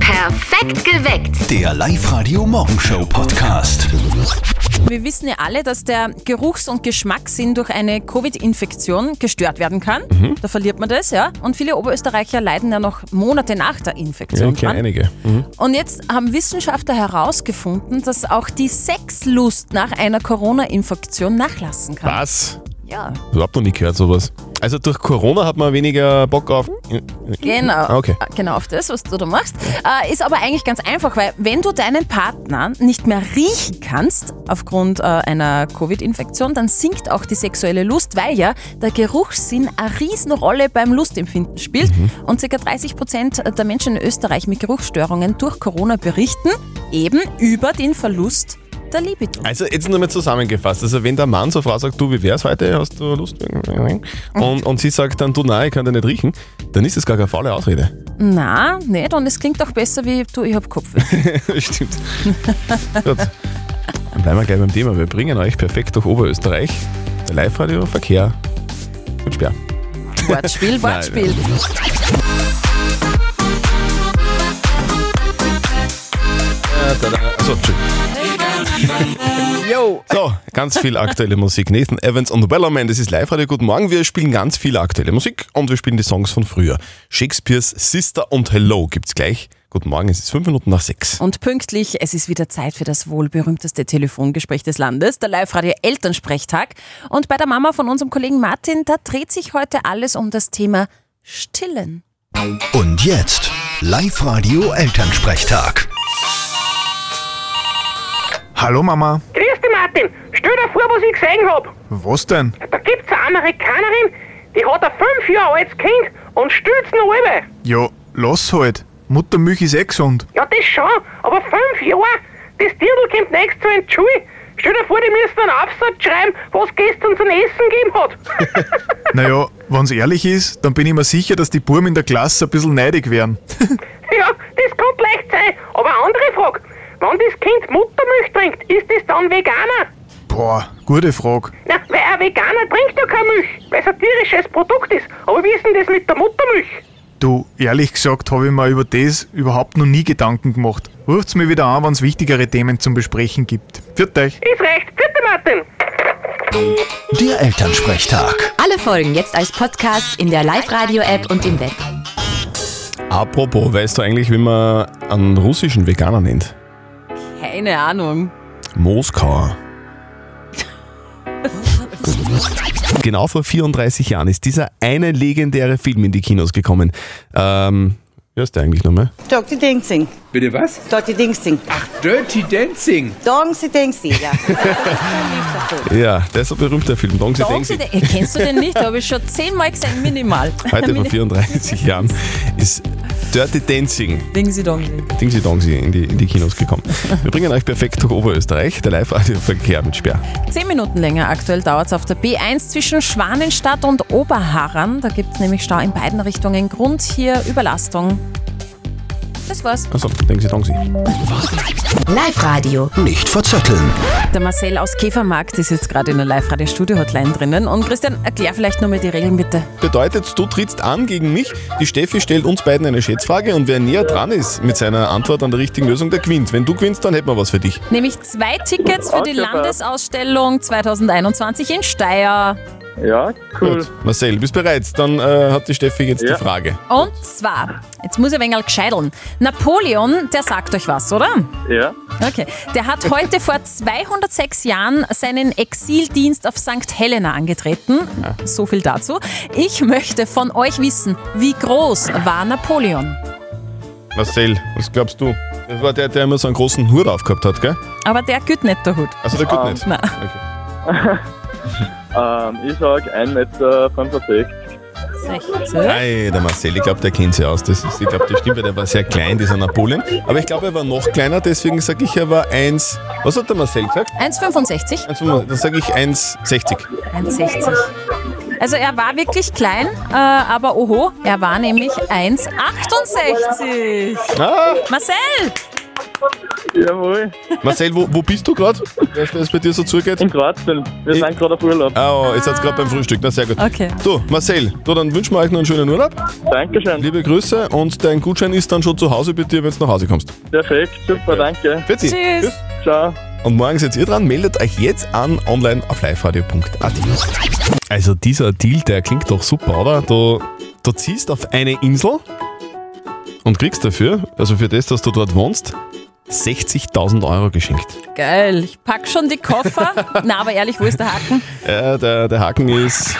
Perfekt geweckt. Der Live-Radio-Morgenshow-Podcast. Wir wissen ja alle, dass der Geruchs- und Geschmackssinn durch eine Covid-Infektion gestört werden kann. Mhm. Da verliert man das, ja. Und viele Oberösterreicher leiden ja noch Monate nach der Ja, Infektion. okay, dran. einige. Mhm. Und jetzt haben Wissenschaftler herausgefunden, dass auch die Sexlust nach einer Corona-Infektion nachlassen kann. Was? Ja, Überhaupt noch nie gehört sowas. Also durch Corona hat man weniger Bock auf. genau. Ah, okay. Genau auf das, was du da machst. Äh, ist aber eigentlich ganz einfach, weil wenn du deinen Partner nicht mehr riechen kannst aufgrund äh, einer Covid-Infektion, dann sinkt auch die sexuelle Lust, weil ja der Geruchssinn eine Riesenrolle beim Lustempfinden spielt. Mhm. Und ca. 30 Prozent der Menschen in Österreich mit Geruchsstörungen durch Corona berichten eben über den Verlust der Libido. Also jetzt nochmal zusammengefasst. Also wenn der Mann zur Frau sagt, du, wie wär's heute? Hast du Lust? Und, und sie sagt dann, du, nein, ich kann dir nicht riechen, dann ist das gar keine faule Ausrede. Na, nicht. Und es klingt auch besser wie du, ich hab Kopfweh. Stimmt. Gut. Dann bleiben wir gleich beim Thema. Wir bringen euch perfekt durch Oberösterreich. Der Live-Radio, Verkehr und Sperr. Wortspiel, Wortspiel. Also, Yo. So, ganz viel aktuelle Musik. Nathan Evans und Wellerman, das ist Live-Radio. Guten Morgen. Wir spielen ganz viel aktuelle Musik und wir spielen die Songs von früher. Shakespeares Sister und Hello gibt's gleich. Guten Morgen, es ist fünf Minuten nach sechs. Und pünktlich, es ist wieder Zeit für das wohl berühmteste Telefongespräch des Landes, der Live-Radio Elternsprechtag. Und bei der Mama von unserem Kollegen Martin, da dreht sich heute alles um das Thema Stillen. Und jetzt Live-Radio Elternsprechtag. Hallo Mama. Grüß dich, Martin. Stell dir vor, was ich gesehen hab. Was denn? Da gibt's eine Amerikanerin, die hat ein fünf Jahre altes Kind und stürzt noch über. Ja, lass halt. Muttermilch ist eh gesund. Ja, das schon, aber fünf Jahre? Das Dirndl kommt nächstes Jahr in die Schule. Stell dir vor, die müssen einen Aufsatz schreiben, was gestern zum Essen gegeben hat. Naja, wenn's ehrlich ist, dann bin ich mir sicher, dass die Burm in der Klasse ein bisschen neidig wären. ja, das kann leicht sein. Aber eine andere Frage. Wenn das Kind Muttermilch trinkt, ist das dann Veganer? Boah, gute Frage. Na, weil ein Veganer trinkt ja keine Milch, weil es ein tierisches Produkt ist. Aber wie ist denn das mit der Muttermilch? Du, ehrlich gesagt, habe ich mir über das überhaupt noch nie Gedanken gemacht. Ruft's mir wieder an, wenn's wichtigere Themen zum Besprechen gibt. Viert euch. Ist recht. Bitte, Martin. Der Elternsprechtag. Alle Folgen jetzt als Podcast in der Live-Radio-App und im Web. Apropos, weißt du eigentlich, wie man einen russischen Veganer nennt? Keine Ahnung. Moskauer. genau vor 34 Jahren ist dieser eine legendäre Film in die Kinos gekommen. Ähm, wie heißt der eigentlich nochmal? Dirty Dingsing. Bitte was? Dirty Dingsing. Dirty Dancing. Dongsy Dingsy, ja. Ja, der ist so berühmt, der Film. Don't Sie Sagen Sie, den- äh, kennst du den nicht? Habe ich schon zehnmal gesehen, minimal. Heute vor Mini- 34 Jahren ist Dirty Dancing, Ding Sie Dong. Dingsy Dongsi, in die, in die Kinos gekommen. Wir bringen euch perfekt durch Oberösterreich, der Live-Radio-Verkehr mit Sperr. Zehn Minuten länger aktuell dauert es auf der B1 zwischen Schwanenstadt und Oberharran. Da gibt es nämlich Stau in beiden Richtungen. Grund hier Überlastung. Das war's. Achso, Dingsy Also, Dongsi. Live-Radio. Nicht verzetteln. Der Marcel aus Käfermarkt ist jetzt gerade in der Live-Radio-Studio-Hotline drinnen. Und Christian, erklär vielleicht nur mal die Regeln bitte. Bedeutet, du trittst an gegen mich, die Steffi stellt uns beiden eine Schätzfrage und wer näher dran ist mit seiner Antwort an der richtigen Lösung, der gewinnt. Wenn du gewinnst, dann hätten wir was für dich. Nämlich zwei Tickets für die Landesausstellung 2021 in Steyr. Ja, cool. Gut, Marcel, bist bereit? Dann äh, hat die Steffi jetzt Ja. die Frage. Und zwar, jetzt muss ich ein wenig gescheideln. Napoleon, der sagt euch was, oder? Ja. Okay. Der hat heute vor 206 Jahren seinen Exildienst auf St. Helena angetreten. So viel dazu. Ich möchte von euch wissen, wie groß war Napoleon? Marcel, was glaubst du? Das war der, der immer so einen großen Hut aufgehabt hat, gell? Aber der gilt nicht der Hut. Also der gut nicht. Nein. Okay. Ähm, ich sage 1,65 Meter. 16. Nein, der Marcel, ich glaube, der kennt sie aus. Das ist, ich glaube, die Stimme, der war sehr klein, dieser Napoleon. Aber ich glaube, er war noch kleiner, deswegen sage ich, er war 1. Was hat der Marcel gesagt? 1,65? 1, dann sage ich 1,60. 1,60. Also er war wirklich klein, äh, aber oho, er war nämlich 1,68. Ah, Marcel, Jawohl. Marcel, wo, wo bist du gerade? Weißt du, was bei dir so zugeht? In Kroatien. Wir Ich- sind gerade auf Urlaub. Oh, jetzt seid ihr gerade beim Frühstück. Na, sehr gut. Okay. Du, Marcel, du, dann wünschen wir euch noch einen schönen Urlaub. Dankeschön. Liebe Grüße und dein Gutschein ist dann schon zu Hause bei dir, wenn du nach Hause kommst. Perfekt. Super, danke. Für dich. Tschüss. Ciao. Und morgen seid ihr dran, meldet euch jetzt an online auf liveradio.at. Also dieser Deal, der klingt doch super, oder? Du, du ziehst auf eine Insel und kriegst dafür, also für das, dass du dort wohnst, 60.000 Euro geschenkt. Geil, ich pack schon die Koffer. Na, aber ehrlich, wo ist der Haken? Äh, der, der Haken ist,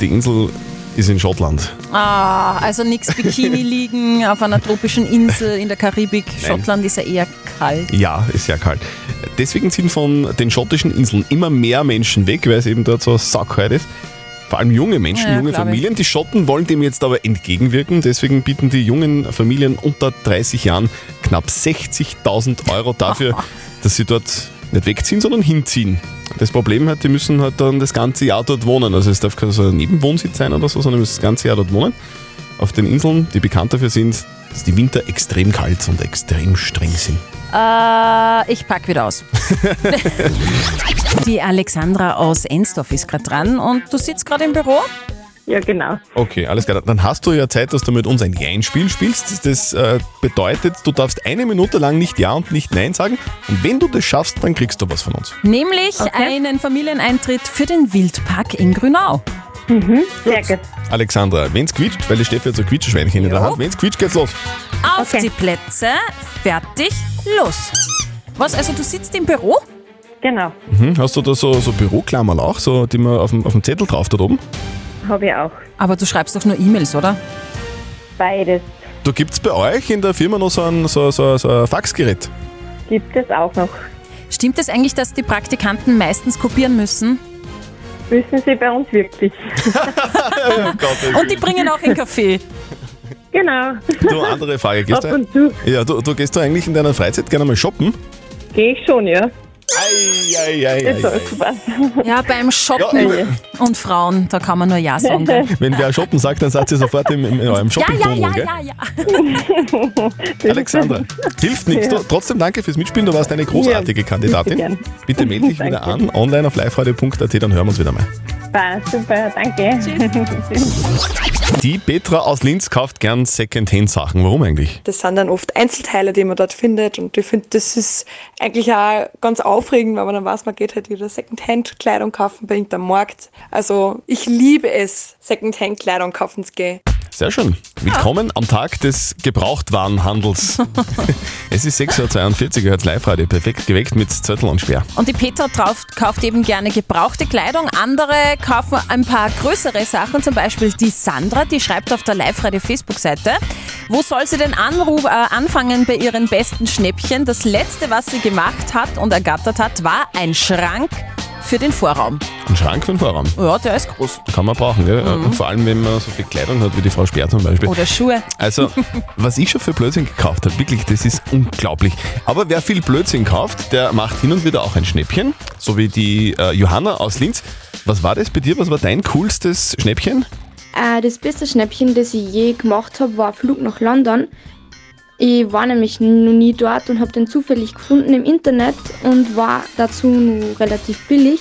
die Insel ist in Schottland. Ah, also nix Bikini liegen auf einer tropischen Insel in der Karibik. Schottland ist ja eher kalt. Ja, ist sehr kalt. Deswegen ziehen von den schottischen Inseln immer mehr Menschen weg, weil es eben dort so saukhalt ist. Vor allem junge Menschen, Ja, junge glaub ich. Familien. Die Schotten wollen dem jetzt aber entgegenwirken. Deswegen bieten die jungen Familien unter 30 Jahren knapp 60.000 Euro dafür, dass sie dort nicht wegziehen, sondern hinziehen. Das Problem hat, die müssen halt dann das ganze Jahr dort wohnen. Also es darf kein so ein Nebenwohnsitz sein oder so, sondern müssen das ganze Jahr dort wohnen. Auf den Inseln, die bekannt dafür sind, dass die Winter extrem kalt und extrem streng sind. Äh, ich pack wieder aus. die Alexandra aus Ensdorf ist gerade dran und du sitzt gerade im Büro. Ja, genau. Okay, alles klar. Dann hast du ja Zeit, dass du mit uns ein Jein-Spiel spielst. Das äh, bedeutet, du darfst eine Minute lang nicht Ja und nicht Nein sagen. Und wenn du das schaffst, dann kriegst du was von uns. Nämlich einen Familieneintritt für den Wildpark in Grünau. Sehr gut. Alexandra, wenn's quietscht, weil die Steffi hat so ein Quietscheschweinchen in der Jo. Hand, wenn's quietscht, geht's los. Auf Okay. die Plätze, fertig, los. Was, also du sitzt im Büro? Genau. Hm, hast du da so, so Büroklammerl auch, so, die man auf dem, auf dem Zettel drauf dort oben? Habe ich auch. Aber du schreibst doch nur E-Mails, oder? Beides Da gibt's bei euch in der Firma noch so ein, so, so, so ein Faxgerät. gibt es auch noch. Stimmt es eigentlich, dass die Praktikanten meistens kopieren müssen? Wissen Sie bei uns wirklich? Oh Und die bringen auch einen Kaffee. Genau. Du, andere Frage. Gehst Ab du, und zu ja, du, du gehst du eigentlich in deiner Freizeit gerne mal shoppen? gehe ich schon, ja. Ei, ei, ei, Das ei, ei. ist Spaß. Ja, beim Shoppen Ja. und Frauen, da kann man nur Ja sagen. gell? Wenn wer shoppen sagt, dann seid ihr sofort im, im, in eurem Ja, shopping ja, ja, gell? ja, ja. Alexandra, hilft nichts. Du- Trotzdem danke fürs Mitspielen. Du warst eine großartige Kandidatin. gern. Bitte melde dich wieder an, online auf liveradio.at, dann hören wir uns wieder mal. Spaß. Super, danke. Die Petra aus Linz kauft gern Secondhand-Sachen. Warum eigentlich? Das sind dann oft Einzelteile, die man dort findet. Und ich finde, das ist eigentlich auch ganz aufregend, weil man dann weiß, man geht halt wieder Secondhand-Kleidung kaufen bei irgendeinem Markt. Also ich liebe es, Secondhand-Kleidung kaufen zu gehen. Sehr schön. Willkommen am Tag des Gebrauchtwarenhandels. es ist 6.42 Uhr, ihr hört Live-Radio. Perfekt geweckt mit Zettel und Speer. Und die Petra drauf, kauft eben gerne gebrauchte Kleidung. Andere kaufen ein paar größere Sachen, zum Beispiel die Sandra, die schreibt auf der Live-Radio-Facebook-Seite. Wo soll sie denn anruf, äh, anfangen bei ihren besten Schnäppchen? Das letzte, was sie gemacht hat und ergattert hat, war ein Schrank für den Vorraum. Ein Schrank für den Vorraum. Ja, der ist groß. Kann man brauchen, gell? Und vor allem, wenn man so viel Kleidung hat wie die Frau Speer zum Beispiel. Mhm. Oder Schuhe. Also, was ich schon für Blödsinn gekauft habe, wirklich, das ist unglaublich. Aber wer viel Blödsinn kauft, der macht hin und wieder auch ein Schnäppchen, so wie die äh, Johanna aus Linz. Was war das bei dir? Was war dein coolstes Schnäppchen? Äh, das beste Schnäppchen, das ich je gemacht habe, war ein Flug nach London. Ich war nämlich noch nie dort und habe den zufällig gefunden im Internet und war dazu nur relativ billig.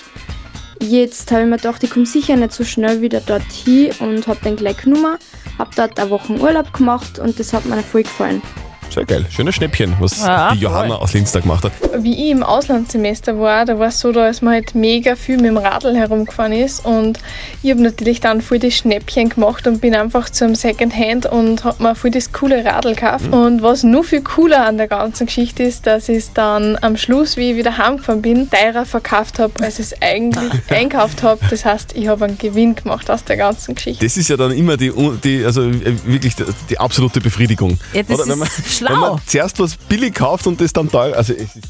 Jetzt habe ich mir gedacht, ich komme sicher nicht so schnell wieder dorthin und habe dann gleich genommen, habe dort eine Woche Urlaub gemacht und das hat mir voll gefallen. Sehr geil, schönes Schnäppchen, was Ja, die Johanna aus Linz da gemacht hat. Wie ich im Auslandssemester war, da war es so, dass man halt mega viel mit dem Radl herumgefahren ist und ich habe natürlich dann voll die Schnäppchen gemacht und bin einfach zum Secondhand und habe mir voll das coole Radl gekauft. Und was nur viel cooler an der ganzen Geschichte ist, dass ich es dann am Schluss, wie ich wieder heimgefahren bin, teurer verkauft habe, als ich es eigentlich einkauft habe. Das heißt, ich habe einen Gewinn gemacht aus der ganzen Geschichte. Das ist ja dann immer die, die also äh, wirklich die, die absolute Befriedigung. Ja, das Oder wenn man, ist schlau. Wenn man zuerst was billig kauft und das dann teuer, also es ist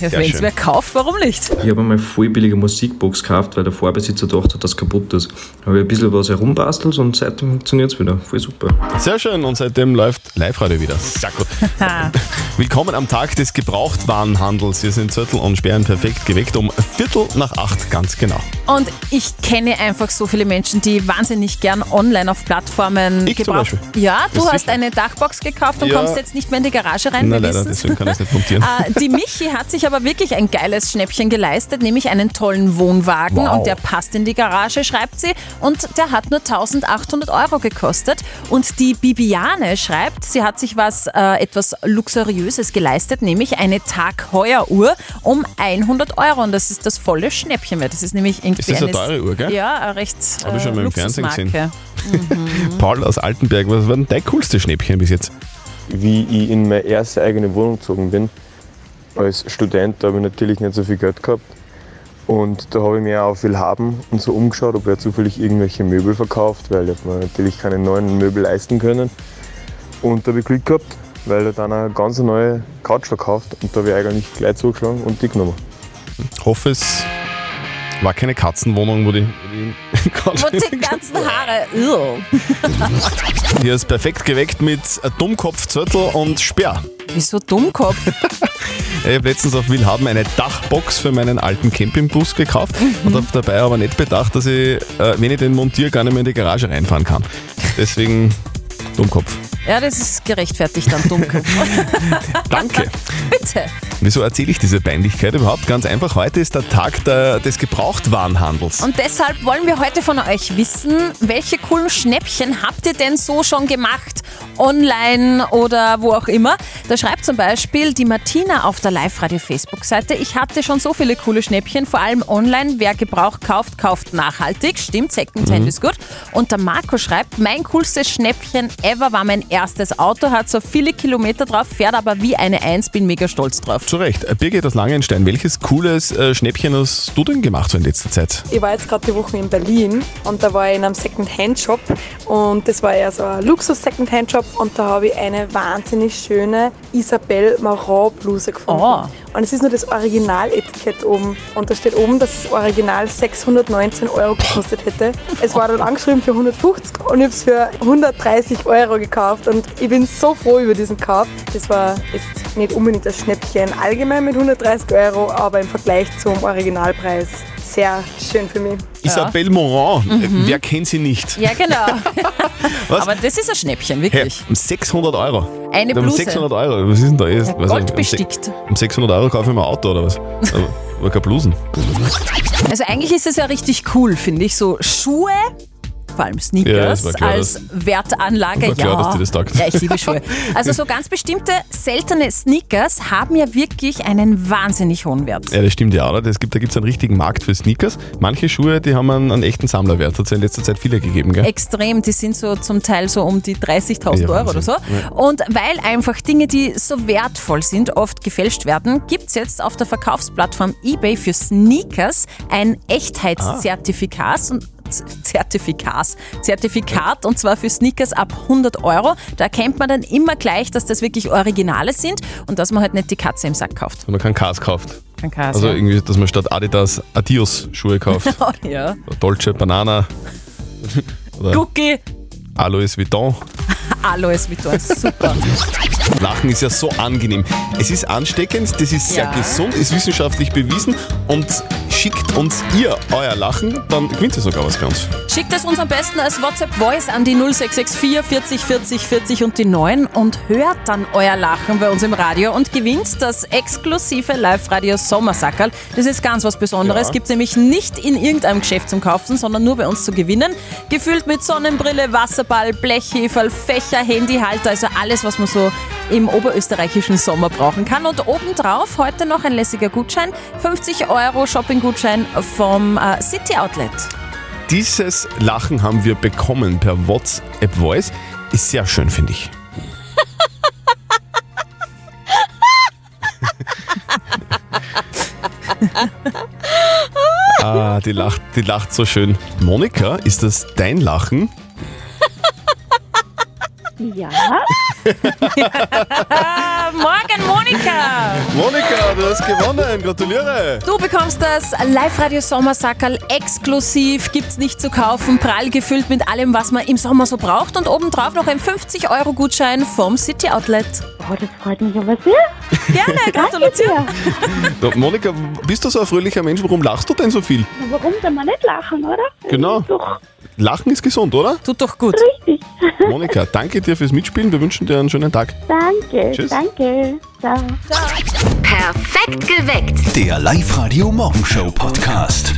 Ja, Sehr Wenn es schön. wer kauft, warum nicht? Ich habe einmal voll billige Musikbox gekauft, weil der Vorbesitzer gedacht hat, dass kaputt ist. Habe ich ein bisschen was herumbastelt und seitdem funktioniert es wieder. Voll super. Sehr schön und seitdem läuft Live-Radio wieder. Sehr gut. Willkommen am Tag des Gebrauchtwarenhandels. Hier sind Zettel und Sperren perfekt geweckt um Viertel nach acht, ganz genau. Und ich kenne einfach so viele Menschen, die wahnsinnig gern online auf Plattformen Ich zum gebraucht- Beispiel. Ja, du Das ist hast eine Dachbox gekauft und Ja. kommst jetzt nicht mehr in die Garage rein. Na wir leider, wissen's. deswegen kann ich's nicht punktieren. Äh, die Michi hat sich aber wirklich ein geiles Schnäppchen geleistet, nämlich einen tollen Wohnwagen Wow. und der passt in die Garage, schreibt sie. Und der hat nur 1800 Euro gekostet. Und die Bibiane schreibt, sie hat sich was äh, etwas Luxuriöses geleistet, nämlich eine Tag-Heuer-Uhr um 100 Euro. Und das ist das volle Schnäppchen wert. Das ist nämlich irgendwie Ist das eine teure Uhr, gell? Ja, eine recht. äh, Hab ich schon mal im Fernsehen Luxusmarke. gesehen. Paul aus Altenberg, was war denn dein coolstes Schnäppchen bis jetzt? Wie ich in meine erste eigene Wohnung gezogen bin, als Student, da habe ich natürlich nicht so viel Geld gehabt. Und da habe ich mir auch viel haben und so umgeschaut, ob er zufällig irgendwelche Möbel verkauft, weil ich hab mir natürlich keine neuen Möbel leisten können. Und da habe ich Glück gehabt, weil er dann eine ganz neue Couch verkauft und da habe ich eigentlich gleich zugeschlagen und die genommen. Hoffe es war keine Katzenwohnung, wo die, wo die Und die ganzen Haare. Ew. Hier ist perfekt geweckt mit Dummkopf, Zörtel und Speer. Wieso Dummkopf? Ich habe letztens auf Willhaben eine Dachbox für meinen alten Campingbus gekauft und Mhm. habe dabei aber nicht bedacht, dass ich, äh, wenn ich den montiere, gar nicht mehr in die Garage reinfahren kann. Deswegen Dummkopf. Ja, das ist gerechtfertigt dann Dummkopf. Danke. Bitte. Wieso erzähle ich diese Peinlichkeit überhaupt? Ganz einfach, heute ist der Tag der, des Gebrauchtwarenhandels. Und deshalb wollen wir heute von euch wissen, welche coolen Schnäppchen habt ihr denn so schon gemacht? Online oder wo auch immer. Da schreibt zum Beispiel die Martina auf der Live-Radio-Facebook-Seite, ich hatte schon so viele coole Schnäppchen, vor allem online. Wer Gebrauch kauft, kauft nachhaltig. Stimmt, Secondhand Mhm. ist gut. Und der Marco schreibt, mein coolstes Schnäppchen ever war mein erstes Auto, hat so viele Kilometer drauf, fährt aber wie eine Eins, bin mega stolz drauf. Zu Recht. Äh, Birgit aus Langenstein, welches cooles äh, Schnäppchen hast du denn gemacht so in letzter Zeit? Ich war jetzt gerade die Woche in Berlin und da war ich in einem Second-Hand-Shop und das war ja so ein Luxus-Second-Hand-Shop und da habe ich eine wahnsinnig schöne Isabelle Marant-Bluse gefunden. Und es ist nur das Originaletikett oben und da steht oben, dass das Original 619 Euro gekostet hätte. Es war dann angeschrieben für 150 und ich habe es für 130 Euro gekauft und ich bin so froh über diesen Kauf. Das war jetzt nicht unbedingt das Schnäppchen allgemein mit 130 Euro, aber im Vergleich zum Originalpreis sehr schön für mich. Isabelle Morand, Äh, Mhm. wer kennt sie nicht? Ja, genau. Was? Aber das ist ein Schnäppchen, wirklich. um 600 Euro. Eine Um Bluse. 600 Euro, was ist denn da? jetzt? Ja, Weiß Gold nicht, um bestickt. se- Um 600 Euro kaufe ich mir ein Auto oder was? Aber, aber keine Blusen. Also eigentlich ist es ja richtig cool, finde ich. So Schuhe, vor allem Ja, das Sneakers, war klar, als dass- Wertanlage. war klar, ja. dass dir das taugt. ja, ich liebe Schuhe. Also so ganz bestimmte seltene Sneakers haben ja wirklich einen wahnsinnig hohen Wert. Ja, das stimmt ja, oder? Das gibt, da gibt es einen richtigen Markt für Sneakers. Manche Schuhe, die haben einen, einen echten Sammlerwert. Hat es ja in letzter Zeit viele gegeben, gell? Extrem, die sind so zum Teil so um die 30.000 Ja, Euro oder so. Wahnsinn. Ja. Und weil einfach Dinge, die so wertvoll sind, oft gefälscht werden, gibt es jetzt auf der Verkaufsplattform eBay für Sneakers ein Echtheitszertifikat und Zertifikat, Zertifikat und zwar für Sneakers ab 100 Euro. Da erkennt man dann immer gleich, dass das wirklich Originale sind und dass man halt nicht die Katze im Sack kauft. Wenn man keinen Kars kauft. Kein Kars, Also ja. irgendwie, dass man statt Adidas Adios-Schuhe kauft. ja. Dolce Banana. oder Gucci, Alois Vuitton. Alois Vuitton, super. Lachen ist ja so angenehm. Es ist ansteckend, das ist sehr Ja. gesund, ist wissenschaftlich bewiesen und schickt uns ihr euer Lachen, dann gewinnt ihr sogar was bei uns. Schickt es uns am besten als WhatsApp-Voice an die 0664 40 40 40 und die 9 und hört dann euer Lachen bei uns im Radio und gewinnt das exklusive Live-Radio Sommersackerl. Das ist ganz was Besonderes. Ja. Gibt es nämlich nicht in irgendeinem Geschäft zum Kaufen, sondern nur bei uns zu gewinnen. Gefüllt mit Sonnenbrille, Wasserball, Blechheferl, Fächer, Handyhalter, also alles, was man so im oberösterreichischen Sommer brauchen kann. Und obendrauf heute noch ein lässiger Gutschein, 50 Euro Shopping-Gutschein vom äh, City Outlet. Dieses Lachen haben wir bekommen per WhatsApp Voice. Ist sehr schön, finde ich. ah, die lacht, die lacht so schön. Monika, ist das dein Lachen? Ja. Äh, Morgen, Monika! Monika, du hast gewonnen. Gratuliere. Du bekommst das Live-Radio Sommersackerl exklusiv, gibt's nicht zu kaufen, prall gefüllt mit allem, was man im Sommer so braucht und obendrauf noch ein 50-Euro-Gutschein vom City Outlet. Oh, das freut mich aber sehr. Gerne, Gratulation. Du, Monika, bist du so ein fröhlicher Mensch? Warum lachst du denn so viel? Warum soll man nicht lachen, oder? Genau. Lachen ist gesund, oder? Tut doch gut. Richtig. Monika, danke dir fürs Mitspielen. Wir wünschen dir einen schönen Tag. Danke, Tschüss. danke. Ciao. Perfekt geweckt. Der Live-Radio Morgenshow Podcast.